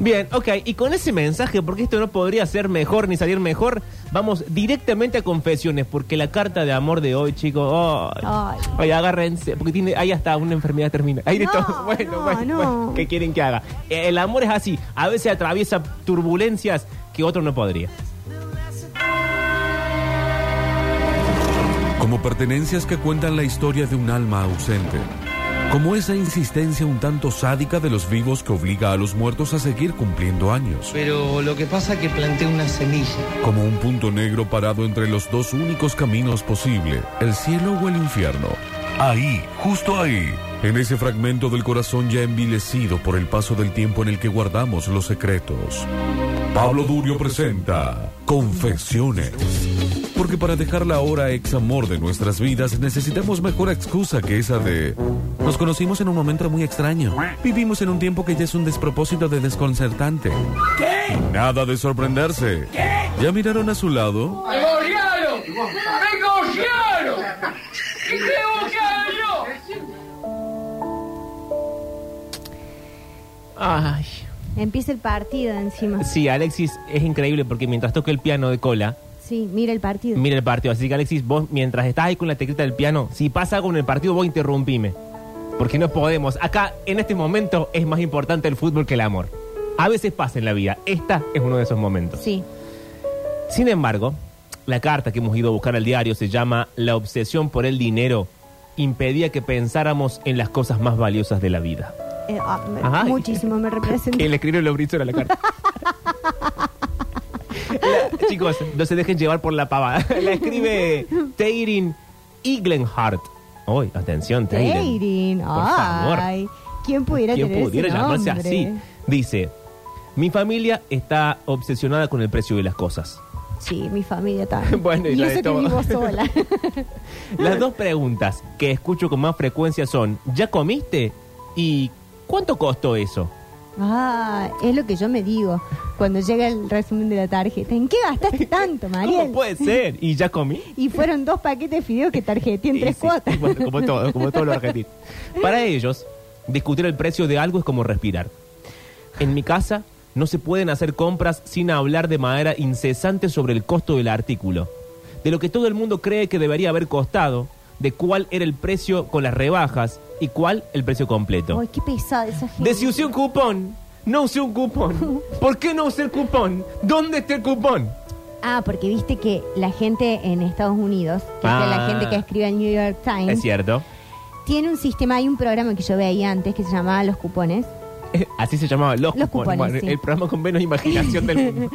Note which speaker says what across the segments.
Speaker 1: Bien, ok, y con ese mensaje, porque esto no podría ser mejor ni salir mejor, vamos directamente a confesiones, porque la carta de amor de hoy, chicos, ay,
Speaker 2: Ay.
Speaker 1: ay, agárrense, porque tiene, hay hasta una enfermedad termina. Hay de
Speaker 2: No,
Speaker 1: todo. Bueno,
Speaker 2: no,
Speaker 1: bueno,
Speaker 2: no.
Speaker 1: bueno, ¿qué quieren que haga? Eh, El amor es así, a veces atraviesa turbulencias que otro no podría.
Speaker 3: Como pertenencias que cuentan la historia de un alma ausente. Como esa insistencia un tanto sádica de los vivos que obliga a los muertos a seguir cumpliendo años.
Speaker 4: Pero lo que pasa es que planté una semilla.
Speaker 3: Como un punto negro parado entre los dos únicos caminos posible, el cielo o el infierno. Ahí, justo ahí. En ese fragmento del corazón ya envilecido por el paso del tiempo en el que guardamos los secretos. Pablo Durio presenta Confesiones. Porque para dejar la hora ex amor de nuestras vidas necesitamos mejor excusa que esa de nos conocimos en un momento muy extraño. Vivimos en un tiempo que ya es un despropósito de desconcertante. ¿Qué? Nada de sorprenderse. ¿Ya miraron a su lado?
Speaker 5: ¡Negociaron! ¡Negociaron! ¿Y qué voy a hacer yo?
Speaker 1: Ay.
Speaker 2: Empieza el partido encima.
Speaker 1: Sí, Alexis es increíble porque mientras toca el piano de cola,
Speaker 2: Sí, mira el partido.
Speaker 1: mira el partido. Así que Alexis, vos mientras estás ahí con la teclita del piano, si pasa algo en el partido, vos interrumpime. Porque no podemos. Acá, en este momento, es más importante el fútbol que el amor. A veces pasa en la vida. Esta es uno de esos momentos.
Speaker 2: Sí.
Speaker 1: Sin embargo, la carta que hemos ido a buscar al diario se llama La obsesión por el dinero impedía que pensáramos en las cosas más valiosas de la vida.
Speaker 2: Eh, ah, me-
Speaker 1: Ajá.
Speaker 2: muchísimo me representa.
Speaker 1: Que le escribió el obrizo era la carta. La- chicos, no se dejen llevar por la pavada. La escribe Teirin Iglenhart. Hoy, atención, Teirin.
Speaker 2: Dating.
Speaker 1: Por favor.
Speaker 2: Ay. ¿Quién pudiera
Speaker 1: ¿Quién
Speaker 2: tener
Speaker 1: pudiera
Speaker 2: ese
Speaker 1: llamarse
Speaker 2: nombre?
Speaker 1: así? Dice, mi familia está obsesionada con el precio de las cosas.
Speaker 2: Sí, mi familia también.
Speaker 1: Bueno, y
Speaker 2: y
Speaker 1: la de
Speaker 2: eso que
Speaker 1: todo.
Speaker 2: vivo sola.
Speaker 1: Las dos preguntas que escucho con más frecuencia son, ¿ya comiste? ¿Y cuánto costó eso?
Speaker 2: Ah, es lo que yo me digo cuando llega el resumen de la tarjeta. ¿En qué gastaste tanto, Mariel?
Speaker 1: ¿Cómo puede ser? ¿Y ya comí?
Speaker 2: Y fueron dos paquetes de fideos que tarjeté en
Speaker 1: Y
Speaker 2: tres
Speaker 1: sí,
Speaker 2: cuotas.
Speaker 1: bueno, como todo, como todo lo argentino. Para ellos, discutir el precio de algo es como respirar. En mi casa no se pueden hacer compras sin hablar de manera incesante sobre el costo del artículo, de lo que todo el mundo cree que debería haber costado, de cuál era el precio con las rebajas y cuál el precio completo.
Speaker 2: Ay, qué pesada esa gente.
Speaker 1: De si usé un cupón, no usé un cupón. ¿Por qué no usé el cupón? ¿Dónde está el cupón?
Speaker 2: Ah, porque viste que la gente en Estados Unidos, que es
Speaker 1: Ah.
Speaker 2: la gente que escribe en New York
Speaker 1: Es
Speaker 2: Times,
Speaker 1: cierto.
Speaker 2: tiene un sistema, hay un programa que yo veía antes que se llamaba Los Cupones,
Speaker 1: Así se llamaba Los,
Speaker 2: Los
Speaker 1: Cupones.
Speaker 2: Cupones,
Speaker 1: Bueno,
Speaker 2: sí.
Speaker 1: El programa con menos imaginación del mundo.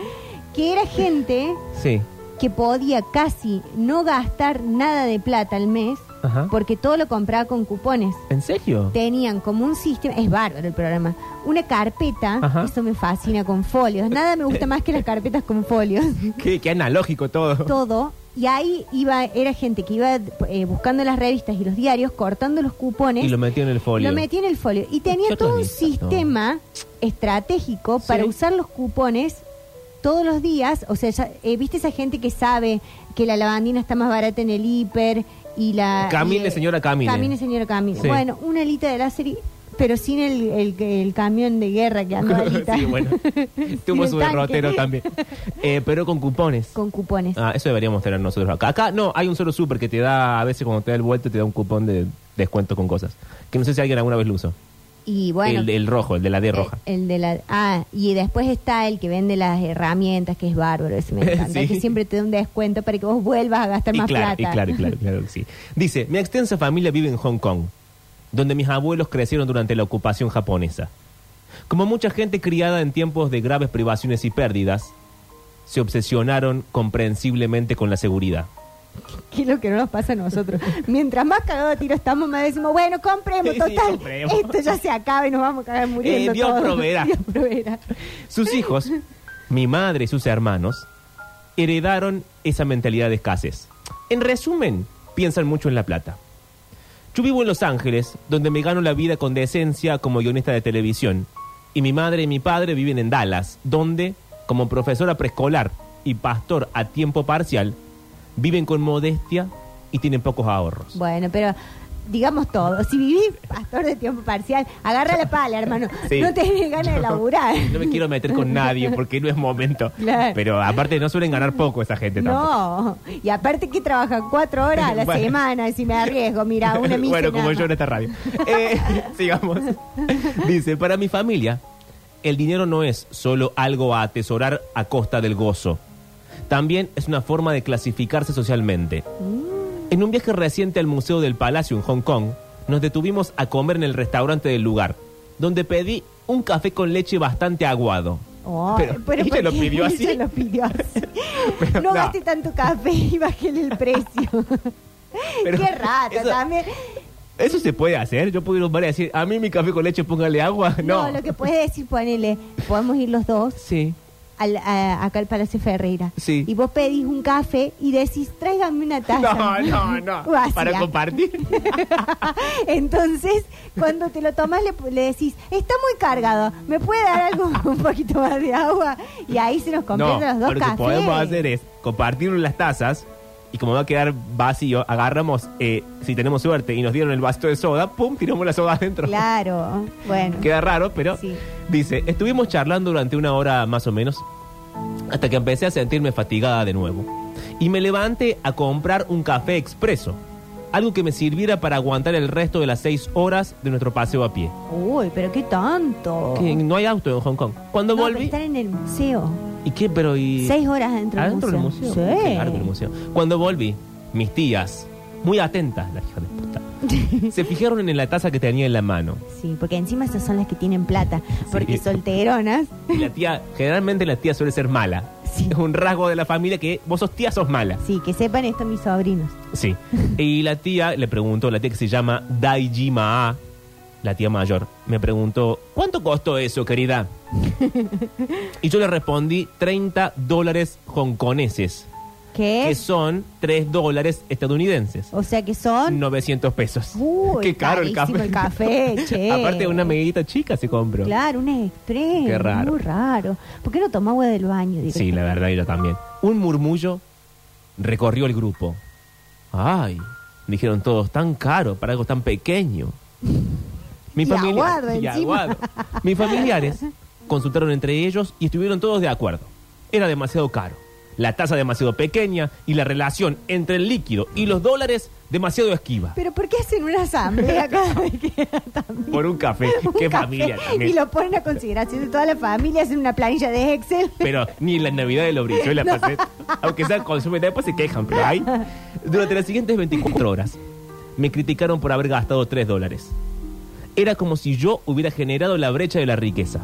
Speaker 2: que era gente
Speaker 1: Sí.
Speaker 2: que podía casi no gastar nada de plata al mes
Speaker 1: Ajá.
Speaker 2: porque todo lo compraba con cupones.
Speaker 1: ¿En serio?
Speaker 2: Tenían como un sistema, es bárbaro el programa, una carpeta,
Speaker 1: Ajá.
Speaker 2: eso me fascina, con folios. Nada me gusta más que las carpetas con folios.
Speaker 1: Qué, qué analógico todo.
Speaker 2: todo. Y ahí iba, era gente que iba eh, buscando las revistas y los diarios, cortando los cupones.
Speaker 1: Y lo metió en el folio.
Speaker 2: Lo metí en el folio. Y tenía
Speaker 1: Qué
Speaker 2: todo un
Speaker 1: organizado.
Speaker 2: sistema estratégico para
Speaker 1: Sí.
Speaker 2: usar los cupones todos los días. O sea, ya, eh, ¿viste esa gente que sabe que la lavandina está más barata en el hiper? Y la,
Speaker 1: Camine,
Speaker 2: y, eh,
Speaker 1: señora, camine.
Speaker 2: Camine, señora, camine.
Speaker 1: Sí.
Speaker 2: Bueno, una alita de láser, y- pero sin el, el- el camión de guerra que andaba alita.
Speaker 1: sí, bueno. Tuvo
Speaker 2: el
Speaker 1: su
Speaker 2: tanque.
Speaker 1: derrotero también. Eh, pero con cupones.
Speaker 2: Con cupones.
Speaker 1: Ah, eso deberíamos tener nosotros acá. Acá no, hay un solo súper que te da, a veces cuando te da el vuelto, te da un cupón de descuento con cosas. Que no sé si alguien alguna vez lo usó.
Speaker 2: Y bueno. eh,
Speaker 1: el, el rojo, el de la D roja.
Speaker 2: El, el de la, ah, y después está el que vende las herramientas, que es bárbaro, ese me encanta,
Speaker 1: Sí.
Speaker 2: que siempre te da un descuento para que vos vuelvas a gastar
Speaker 1: y
Speaker 2: más
Speaker 1: claro,
Speaker 2: plata.
Speaker 1: y claro, y claro, claro que sí. Dice, mi extensa familia vive en Hong Kong, donde mis abuelos crecieron durante la ocupación japonesa. Como mucha gente criada en tiempos de graves privaciones y pérdidas, se obsesionaron comprensiblemente con la seguridad.
Speaker 2: ¿Qué es lo que no nos pasa a nosotros? Mientras más cagados de tiro estamos, más decimos, bueno,
Speaker 1: Sí,
Speaker 2: compremos,
Speaker 1: sí,
Speaker 2: total,
Speaker 1: compremos.
Speaker 2: esto ya se acaba y nos vamos a cagar muriendo
Speaker 1: Eh, Dios
Speaker 2: todos.
Speaker 1: proveerá.
Speaker 2: Dios proveerá.
Speaker 1: Sus hijos, mi madre y sus hermanos, heredaron esa mentalidad de escasez. En resumen, piensan mucho en la plata. Yo vivo en Los Ángeles, donde me gano la vida con decencia como guionista de televisión. Y mi madre y mi padre viven en Dallas, donde, como profesora preescolar y pastor a tiempo parcial, viven con modestia y tienen pocos ahorros.
Speaker 2: Bueno, pero digamos todo. Si vivís pastor de tiempo parcial, agarra la pala, hermano.
Speaker 1: Sí.
Speaker 2: No tenés ganas de laburar.
Speaker 1: No me quiero meter con nadie porque no es momento.
Speaker 2: Claro.
Speaker 1: Pero aparte no suelen ganar poco esa gente tampoco.
Speaker 2: No, y aparte que trabajan cuatro horas a la
Speaker 1: Bueno.
Speaker 2: semana, si me arriesgo, mira, una misa.
Speaker 1: bueno,
Speaker 2: nada
Speaker 1: como yo en
Speaker 2: más.
Speaker 1: esta radio. Eh, sigamos. Dice, para mi familia, el dinero no es solo algo a atesorar a costa del gozo. También es una forma de clasificarse socialmente. En un viaje reciente al Museo del Palacio en Hong Kong, nos detuvimos a comer en el restaurante del lugar, donde pedí un café con leche bastante aguado.
Speaker 2: Oh,
Speaker 1: Pero, ¿ella
Speaker 2: ¿por
Speaker 1: lo
Speaker 2: qué
Speaker 1: pidió así?
Speaker 2: ella lo pidió así?
Speaker 1: Pero,
Speaker 2: no
Speaker 1: no.
Speaker 2: gaste tanto café y bájele el precio.
Speaker 1: Pero
Speaker 2: Qué rato,
Speaker 1: eso-
Speaker 2: también.
Speaker 1: ¿Eso se puede hacer? Yo puedo ir a un bar y decir, a mí mi café con leche, póngale agua. No.
Speaker 2: No. lo que puede decir, ponele, podemos ir los dos
Speaker 1: Sí.
Speaker 2: al- a- acá al Palacio Ferreira.
Speaker 1: Sí.
Speaker 2: Y vos pedís un café y decís, tráigame una taza.
Speaker 1: No, no, no.
Speaker 2: Vacía.
Speaker 1: Para compartir.
Speaker 2: Entonces, cuando te lo tomas, le, le decís, está muy cargado, ¿me puede dar algo, un poquito más de agua? Y ahí se nos completan los dos
Speaker 1: lo
Speaker 2: cafés.
Speaker 1: que podemos hacer es compartir las tazas y como va a quedar vacío, agarramos, eh, si tenemos suerte y nos dieron el vasito de soda, pum, tiramos la soda adentro.
Speaker 2: Claro, bueno.
Speaker 1: Queda raro, pero
Speaker 2: Sí.
Speaker 1: dice, estuvimos charlando durante una hora más o menos, hasta que empecé a sentirme fatigada de nuevo. Y me levanté a comprar un café expreso, algo que me sirviera para aguantar el resto de las seis horas de nuestro paseo a pie.
Speaker 2: Uy, pero qué tanto.
Speaker 1: Que no hay auto en Hong Kong. Cuando
Speaker 2: No, pero
Speaker 1: volví...
Speaker 2: Están en el museo.
Speaker 1: ¿Y qué? Pero y...
Speaker 2: Seis horas dentro,
Speaker 1: ¿Adentro del museo?
Speaker 2: Sí.
Speaker 1: Qué largo el museo. Cuando volví, mis tías, muy atentas, las hijas de puta, se fijaron en la taza que tenía en la mano.
Speaker 2: Sí, porque encima esas son las que tienen plata. Porque solteronas.
Speaker 1: Y la tía, generalmente la tía suele ser mala.
Speaker 2: Sí.
Speaker 1: Es un rasgo de la familia que vos sos tía, sos mala.
Speaker 2: Sí, que sepan esto mis sobrinos.
Speaker 1: Sí. Y la tía le preguntó, la tía que se llama Daiji Maa, la tía mayor, me preguntó, ¿cuánto costó eso, querida? Y yo le respondí, 30 dólares hongkoneses,
Speaker 2: ¿Qué?
Speaker 1: que son 3 dólares estadounidenses.
Speaker 2: O sea que son.
Speaker 1: 900 pesos.
Speaker 2: Uy,
Speaker 1: Qué caro el café.
Speaker 2: carísimo el café, che.
Speaker 1: Aparte, una medidita chica se compró.
Speaker 2: Claro, un estrés.
Speaker 1: Qué raro.
Speaker 2: Muy raro. ¿Por qué no toma agua del baño? directo?
Speaker 1: Sí, la verdad, yo también. Un murmullo recorrió el grupo. ¡Ay! Dijeron todos, tan caro para algo tan pequeño. Mi
Speaker 2: Y
Speaker 1: familia-
Speaker 2: aguado
Speaker 1: y
Speaker 2: encima.
Speaker 1: aguado. Mis familiares consultaron entre ellos y estuvieron todos de acuerdo. Era demasiado caro. La tasa demasiado pequeña y la relación entre el líquido y los dólares demasiado esquiva.
Speaker 2: Pero ¿por qué hacen una asamblea cada vez que también?
Speaker 1: Por un café.
Speaker 2: un
Speaker 1: Qué
Speaker 2: café
Speaker 1: familia también.
Speaker 2: Y lo ponen a consideración de toda la familia, hacen una planilla de Excel.
Speaker 1: Pero ni en la Navidad de los brizuela pasé. Aunque sea consumen, después pues se quejan, pero ahí. Durante las siguientes 24 horas, me criticaron por haber gastado 3 dólares. Era como si yo hubiera generado la brecha de la riqueza.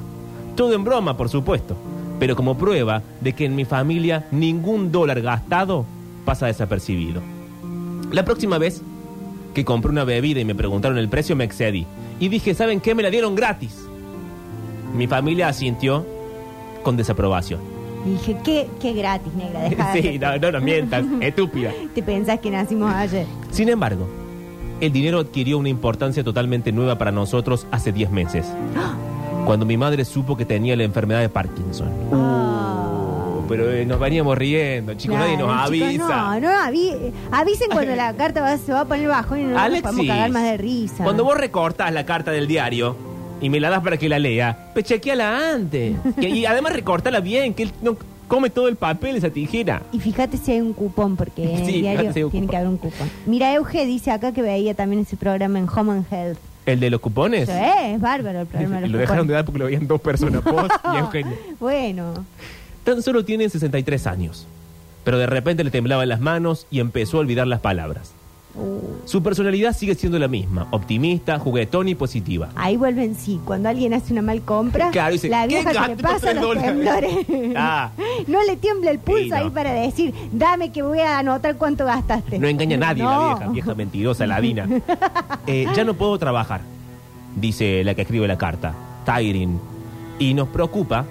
Speaker 1: Todo en broma, por supuesto, pero como prueba de que en mi familia ningún dólar gastado pasa desapercibido. La próxima vez que compré una bebida y me preguntaron el precio, me excedí. Y dije, ¿saben qué? Me la dieron gratis. Mi familia asintió con desaprobación.
Speaker 2: Y dije, qué, qué gratis, negra, dejá de
Speaker 1: Sí,
Speaker 2: hacer-
Speaker 1: no, no nos mientas, estúpida.
Speaker 2: Te pensás que nacimos ayer.
Speaker 1: Sin embargo, el dinero adquirió una importancia totalmente nueva para nosotros hace 10 meses, cuando mi madre supo que tenía la enfermedad de Parkinson.
Speaker 2: Ah.
Speaker 1: Pero eh, nos veníamos riendo, chicos, nadie nos
Speaker 2: Claro, chicos,
Speaker 1: avisa.
Speaker 2: no, no, avi- avisen cuando la carta va- se va a poner bajo y no nos podemos
Speaker 1: Alexis,
Speaker 2: cagar más de risa.
Speaker 1: cuando vos recortas la carta del diario y me la das para que la lea, pues chequeala antes. Que- y además recortala bien, que él no come todo el papel esa tijera.
Speaker 2: Y fíjate si hay un cupón, porque en
Speaker 1: Sí,
Speaker 2: el diario
Speaker 1: fíjate si hay un
Speaker 2: tiene
Speaker 1: cupón.
Speaker 2: que haber un cupón. Mira, Euge dice acá que veía también ese programa en Home and Health.
Speaker 1: ¿El de los cupones?
Speaker 2: Eso es, es bárbaro el programa.
Speaker 1: Y lo dejaron de
Speaker 2: cupones.
Speaker 1: dar porque lo veían dos personas, vos y Eugenio.
Speaker 2: Bueno,
Speaker 1: Tan solo tiene 63 años, pero de repente le temblaban las manos y empezó a olvidar las palabras.
Speaker 2: uh,
Speaker 1: Su personalidad sigue siendo la misma, optimista, juguetón y positiva.
Speaker 2: ahí vuelven sí. Cuando alguien hace una mal compra,
Speaker 1: Claro, dice,
Speaker 2: la
Speaker 1: ¿qué
Speaker 2: vieja se le
Speaker 1: gasto?
Speaker 2: pasa
Speaker 1: Tres
Speaker 2: los
Speaker 1: dólares.
Speaker 2: temblores.
Speaker 1: Ah.
Speaker 2: No le tiembla el pulso
Speaker 1: Sí, no.
Speaker 2: ahí para decir, dame que voy a anotar cuánto gastaste.
Speaker 1: No engaña a nadie
Speaker 2: No.
Speaker 1: la vieja, vieja mentirosa, ladina. Eh, ya no puedo trabajar, dice la que escribe la carta, Tyrin. Y nos preocupa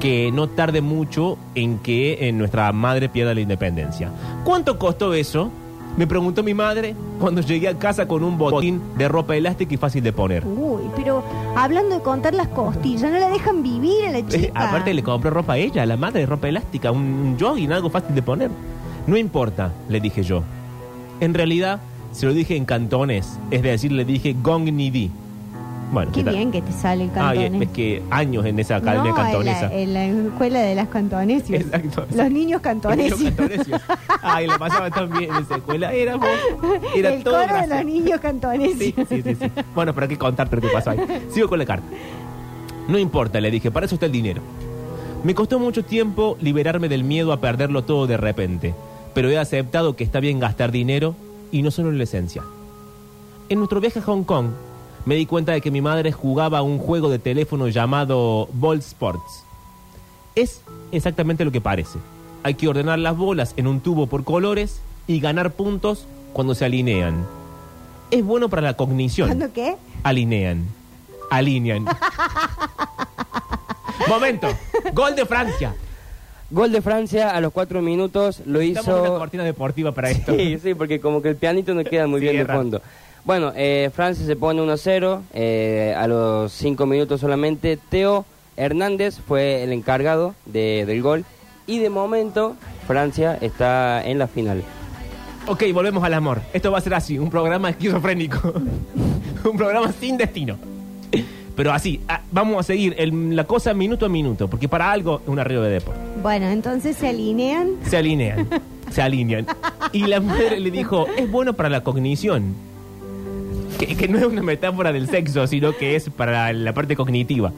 Speaker 1: que no tarde mucho en que eh, nuestra madre pierda la independencia. ¿Cuánto costó eso? Me preguntó mi madre cuando llegué a casa con un botín de ropa elástica y fácil de poner.
Speaker 2: Uy, pero hablando de contar las costillas, no la dejan vivir a la
Speaker 1: Eh,
Speaker 2: chica.
Speaker 1: Aparte le compró ropa a ella, a la madre, ropa elástica, un, un jogging, algo fácil de poner. No importa, le dije yo. En realidad, Se lo dije en cantones, es decir, le dije gong ni di. Bueno,
Speaker 2: Qué
Speaker 1: ¿qué tal?
Speaker 2: bien que te sale el
Speaker 1: Ah,
Speaker 2: cantonés.
Speaker 1: bien, es que años en esa academia
Speaker 2: No, en la-
Speaker 1: cantonesa.
Speaker 2: En la, escuela de las cantonesias.
Speaker 1: Exacto.
Speaker 2: Los niños
Speaker 1: Los niños
Speaker 2: cantonesios.
Speaker 1: cantonesios. Ay, la pasaba tan bien en esa escuela. Éramos, era
Speaker 2: el
Speaker 1: todo
Speaker 2: coro de
Speaker 1: gracia.
Speaker 2: los niños cantonesios.
Speaker 1: Sí, sí, sí, sí. Bueno, pero hay que contarte lo que pasó ahí. Sigo con la carta. No importa, le dije, para eso está el dinero. Me costó mucho tiempo liberarme del miedo a perderlo todo de repente, pero he aceptado que está bien gastar dinero y no solo en la esencia. En nuestro viaje a Hong Kong, me di cuenta de que mi madre jugaba a un juego de teléfono llamado Ball Sports. Es exactamente lo que parece. Hay que ordenar las bolas en un tubo por colores y ganar puntos cuando se alinean. Es bueno para la cognición.
Speaker 2: ¿Cuándo qué?
Speaker 1: Alinean. Alinean. Momento. Gol de Francia.
Speaker 6: Gol de Francia a los cuatro minutos lo hizo.
Speaker 1: Estamos en una cortina deportiva para esto.
Speaker 6: Sí, sí, porque como que el pianito no queda muy
Speaker 1: Sí,
Speaker 6: bien de
Speaker 1: es raro.
Speaker 6: fondo. Bueno, eh, Francia se pone 1-0 eh, a los 5 minutos solamente. Teo Hernández fue el encargado de- del gol y de momento Francia está en la final.
Speaker 1: Ok, volvemos al amor. Esto va a ser así, un programa esquizofrénico. un programa sin destino. Pero así, ah, vamos a seguir el- la cosa minuto a minuto, porque para algo es una río de deporte.
Speaker 2: Bueno, entonces se alinean.
Speaker 1: Se alinean. se alinean. Y la madre le dijo, es bueno para la cognición. Que, que no es una metáfora del sexo, sino que es para la parte cognitiva.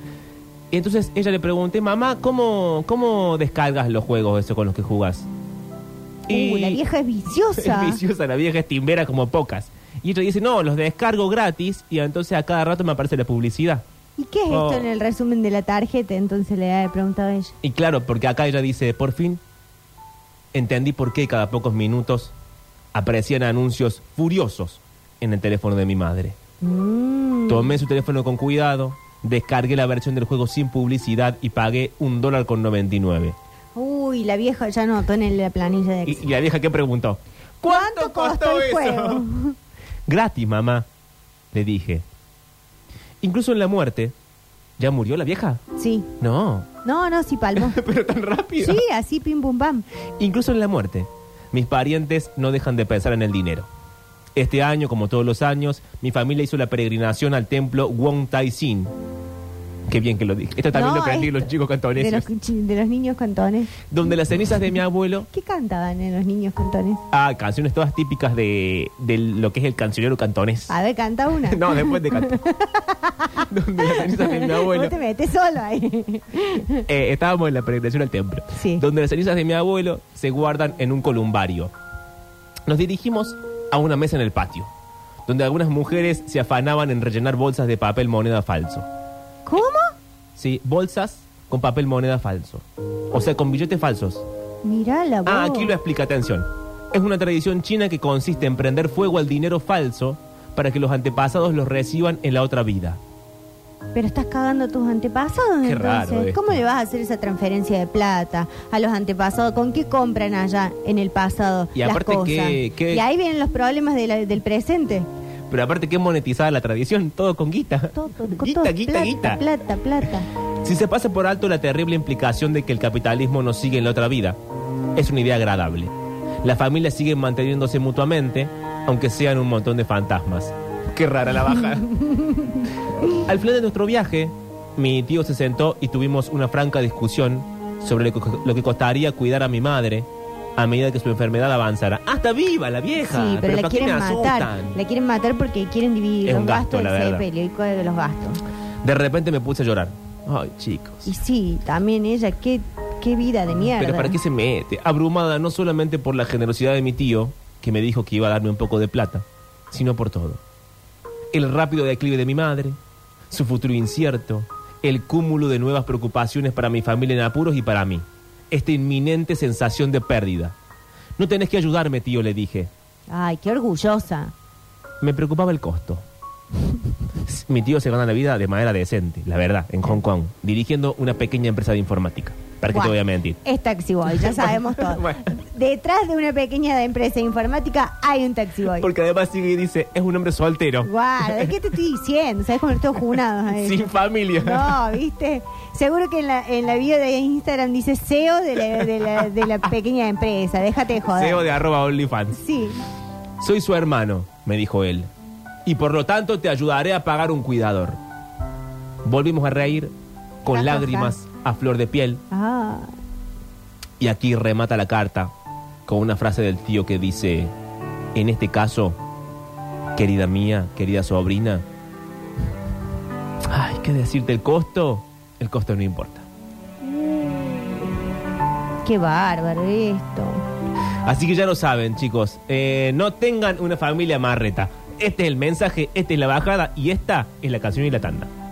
Speaker 1: Y entonces ella le pregunté, mamá, ¿cómo, cómo descargas los juegos eso con los que jugás?
Speaker 2: Uh, la vieja es viciosa.
Speaker 1: Es viciosa, la vieja es timbera como pocas. Y ella dice, no, los descargo gratis y entonces a cada rato me aparece la publicidad.
Speaker 2: ¿Y qué es esto
Speaker 1: Oh.
Speaker 2: en el resumen de la tarjeta? Entonces le había preguntado a ella.
Speaker 1: Y claro, porque acá ella dice, por fin, entendí por qué cada pocos minutos aparecían anuncios furiosos en el teléfono de mi madre.
Speaker 2: Mm.
Speaker 1: Tomé su teléfono con cuidado, descargué la versión del juego sin publicidad y pagué un dólar con 99.
Speaker 2: Uy, la vieja ya anotó en la planilla de
Speaker 1: Y,
Speaker 2: Excel.
Speaker 1: y la vieja que preguntó,
Speaker 2: ¿Cuánto costó el juego?
Speaker 1: Gratis, mamá, le dije. Incluso en la muerte, ¿ya murió la vieja?
Speaker 2: Sí.
Speaker 1: No,
Speaker 2: No, no, sí palmó.
Speaker 1: pero tan rápido.
Speaker 2: sí, así pim pum pam.
Speaker 1: Incluso en la muerte, mis parientes no dejan de pensar en el dinero. Este año, como todos los años, mi familia hizo la peregrinación al templo Wong Tai Sin. Qué bien que lo dije. Esto también
Speaker 2: No,
Speaker 1: lo aprendí
Speaker 2: esto-
Speaker 1: los chicos
Speaker 2: De
Speaker 1: cantoneses.
Speaker 2: los, chi- de los niños cantones.
Speaker 1: Donde las cenizas de mi abuelo...
Speaker 2: ¿Qué cantaban en los niños cantones?
Speaker 1: Ah, canciones todas típicas de, de lo que es el cancionero cantonés.
Speaker 2: A ver, canta una.
Speaker 1: No, después de canto. Donde las cenizas de mi abuelo...
Speaker 2: No te metes solo ahí.
Speaker 1: Eh, estábamos en la peregrinación al templo,
Speaker 2: Sí.
Speaker 1: donde las cenizas de mi abuelo se guardan en un columbario. Nos dirigimos a una mesa en el patio, donde algunas mujeres se afanaban en rellenar bolsas de papel moneda falso.
Speaker 2: ¿Cómo?
Speaker 1: Sí, bolsas con papel moneda falso. O sea, con billetes falsos.
Speaker 2: Mirá la voz.
Speaker 1: Ah, aquí lo explica, atención. Es una tradición china que consiste en prender fuego al dinero falso para que los antepasados los reciban en la otra vida.
Speaker 2: Pero estás cagando a tus antepasados
Speaker 1: Qué
Speaker 2: entonces.
Speaker 1: raro esto.
Speaker 2: ¿Cómo le vas a hacer esa transferencia de plata a los antepasados? ¿Con qué compran allá en el pasado
Speaker 1: Y
Speaker 2: las
Speaker 1: aparte,
Speaker 2: cosas?
Speaker 1: ¿qué- qué-
Speaker 2: Y ahí vienen los problemas de la- del presente.
Speaker 1: Pero aparte que es monetizada la tradición, todo con guita.
Speaker 2: Todo, todo,
Speaker 1: guita,
Speaker 2: todo,
Speaker 1: guita,
Speaker 2: plata,
Speaker 1: guita.
Speaker 2: plata, plata.
Speaker 1: Si se pasa por alto la terrible implicación de que el capitalismo nos sigue en la otra vida, es una idea agradable. Las familias siguen manteniéndose mutuamente, aunque sean un montón de fantasmas. Qué rara la baja. Al final de nuestro viaje, mi tío se sentó y tuvimos una franca discusión sobre lo que- lo que costaría cuidar a mi madre a medida que su enfermedad avanzara. ¡Hasta viva la vieja!
Speaker 2: sí,
Speaker 1: ¿para
Speaker 2: pero, la
Speaker 1: qué me
Speaker 2: quieren matar.
Speaker 1: asustan?
Speaker 2: La quieren matar porque quieren dividir
Speaker 1: Es
Speaker 2: los
Speaker 1: un gasto,
Speaker 2: gastos
Speaker 1: la
Speaker 2: del
Speaker 1: verdad.
Speaker 2: sepelio y cuál de los gastos.
Speaker 1: De repente me puse a llorar. Ay, chicos.
Speaker 2: Y sí, también ella, qué, qué vida de mierda.
Speaker 1: Pero ¿para qué se mete? Abrumada no solamente por la generosidad de mi tío, que me dijo que iba a darme un poco de plata, sino por todo. El rápido declive de mi madre, su futuro incierto, el cúmulo de nuevas preocupaciones para mi familia en apuros y para mí. Esta inminente sensación de pérdida. No tenés que ayudarme, tío, le dije.
Speaker 2: Ay, qué orgullosa.
Speaker 1: Me preocupaba el costo. Mi tío se gana la vida de manera decente, la verdad, en Hong Kong, dirigiendo una pequeña empresa de informática. ¿Para qué te
Speaker 2: Bueno,
Speaker 1: voy a mentir?
Speaker 2: Es taxi boy, ya sabemos todo.
Speaker 1: Bueno.
Speaker 2: Detrás de una pequeña empresa informática hay un taxi boy.
Speaker 1: Porque además sigue y dice, es un hombre soltero.
Speaker 2: Guarda, ¿qué te estoy diciendo? ¿Sabes con estos junados ahí?
Speaker 1: Sin familia.
Speaker 2: No, ¿viste? Seguro que en la, en la bio de Instagram dice E
Speaker 1: E
Speaker 2: CEO de la, de la- de la pequeña empresa. Déjate de joder.
Speaker 1: CEO de arroba OnlyFans.
Speaker 2: Sí.
Speaker 1: Soy su hermano, me dijo él, y por lo tanto te ayudaré a pagar un cuidador. Volvimos a reír, con
Speaker 2: Ajá,
Speaker 1: lágrimas a flor de piel,
Speaker 2: Ah,
Speaker 1: y aquí remata la carta con una frase del tío que dice, en este caso, querida mía, querida sobrina, ay, ¿qué decirte? El costo, el costo no importa.
Speaker 2: qué bárbaro esto.
Speaker 1: Así que ya lo saben, chicos, eh, no tengan una familia marreta. Este es el mensaje, esta es la bajada y esta es la canción y la tanda.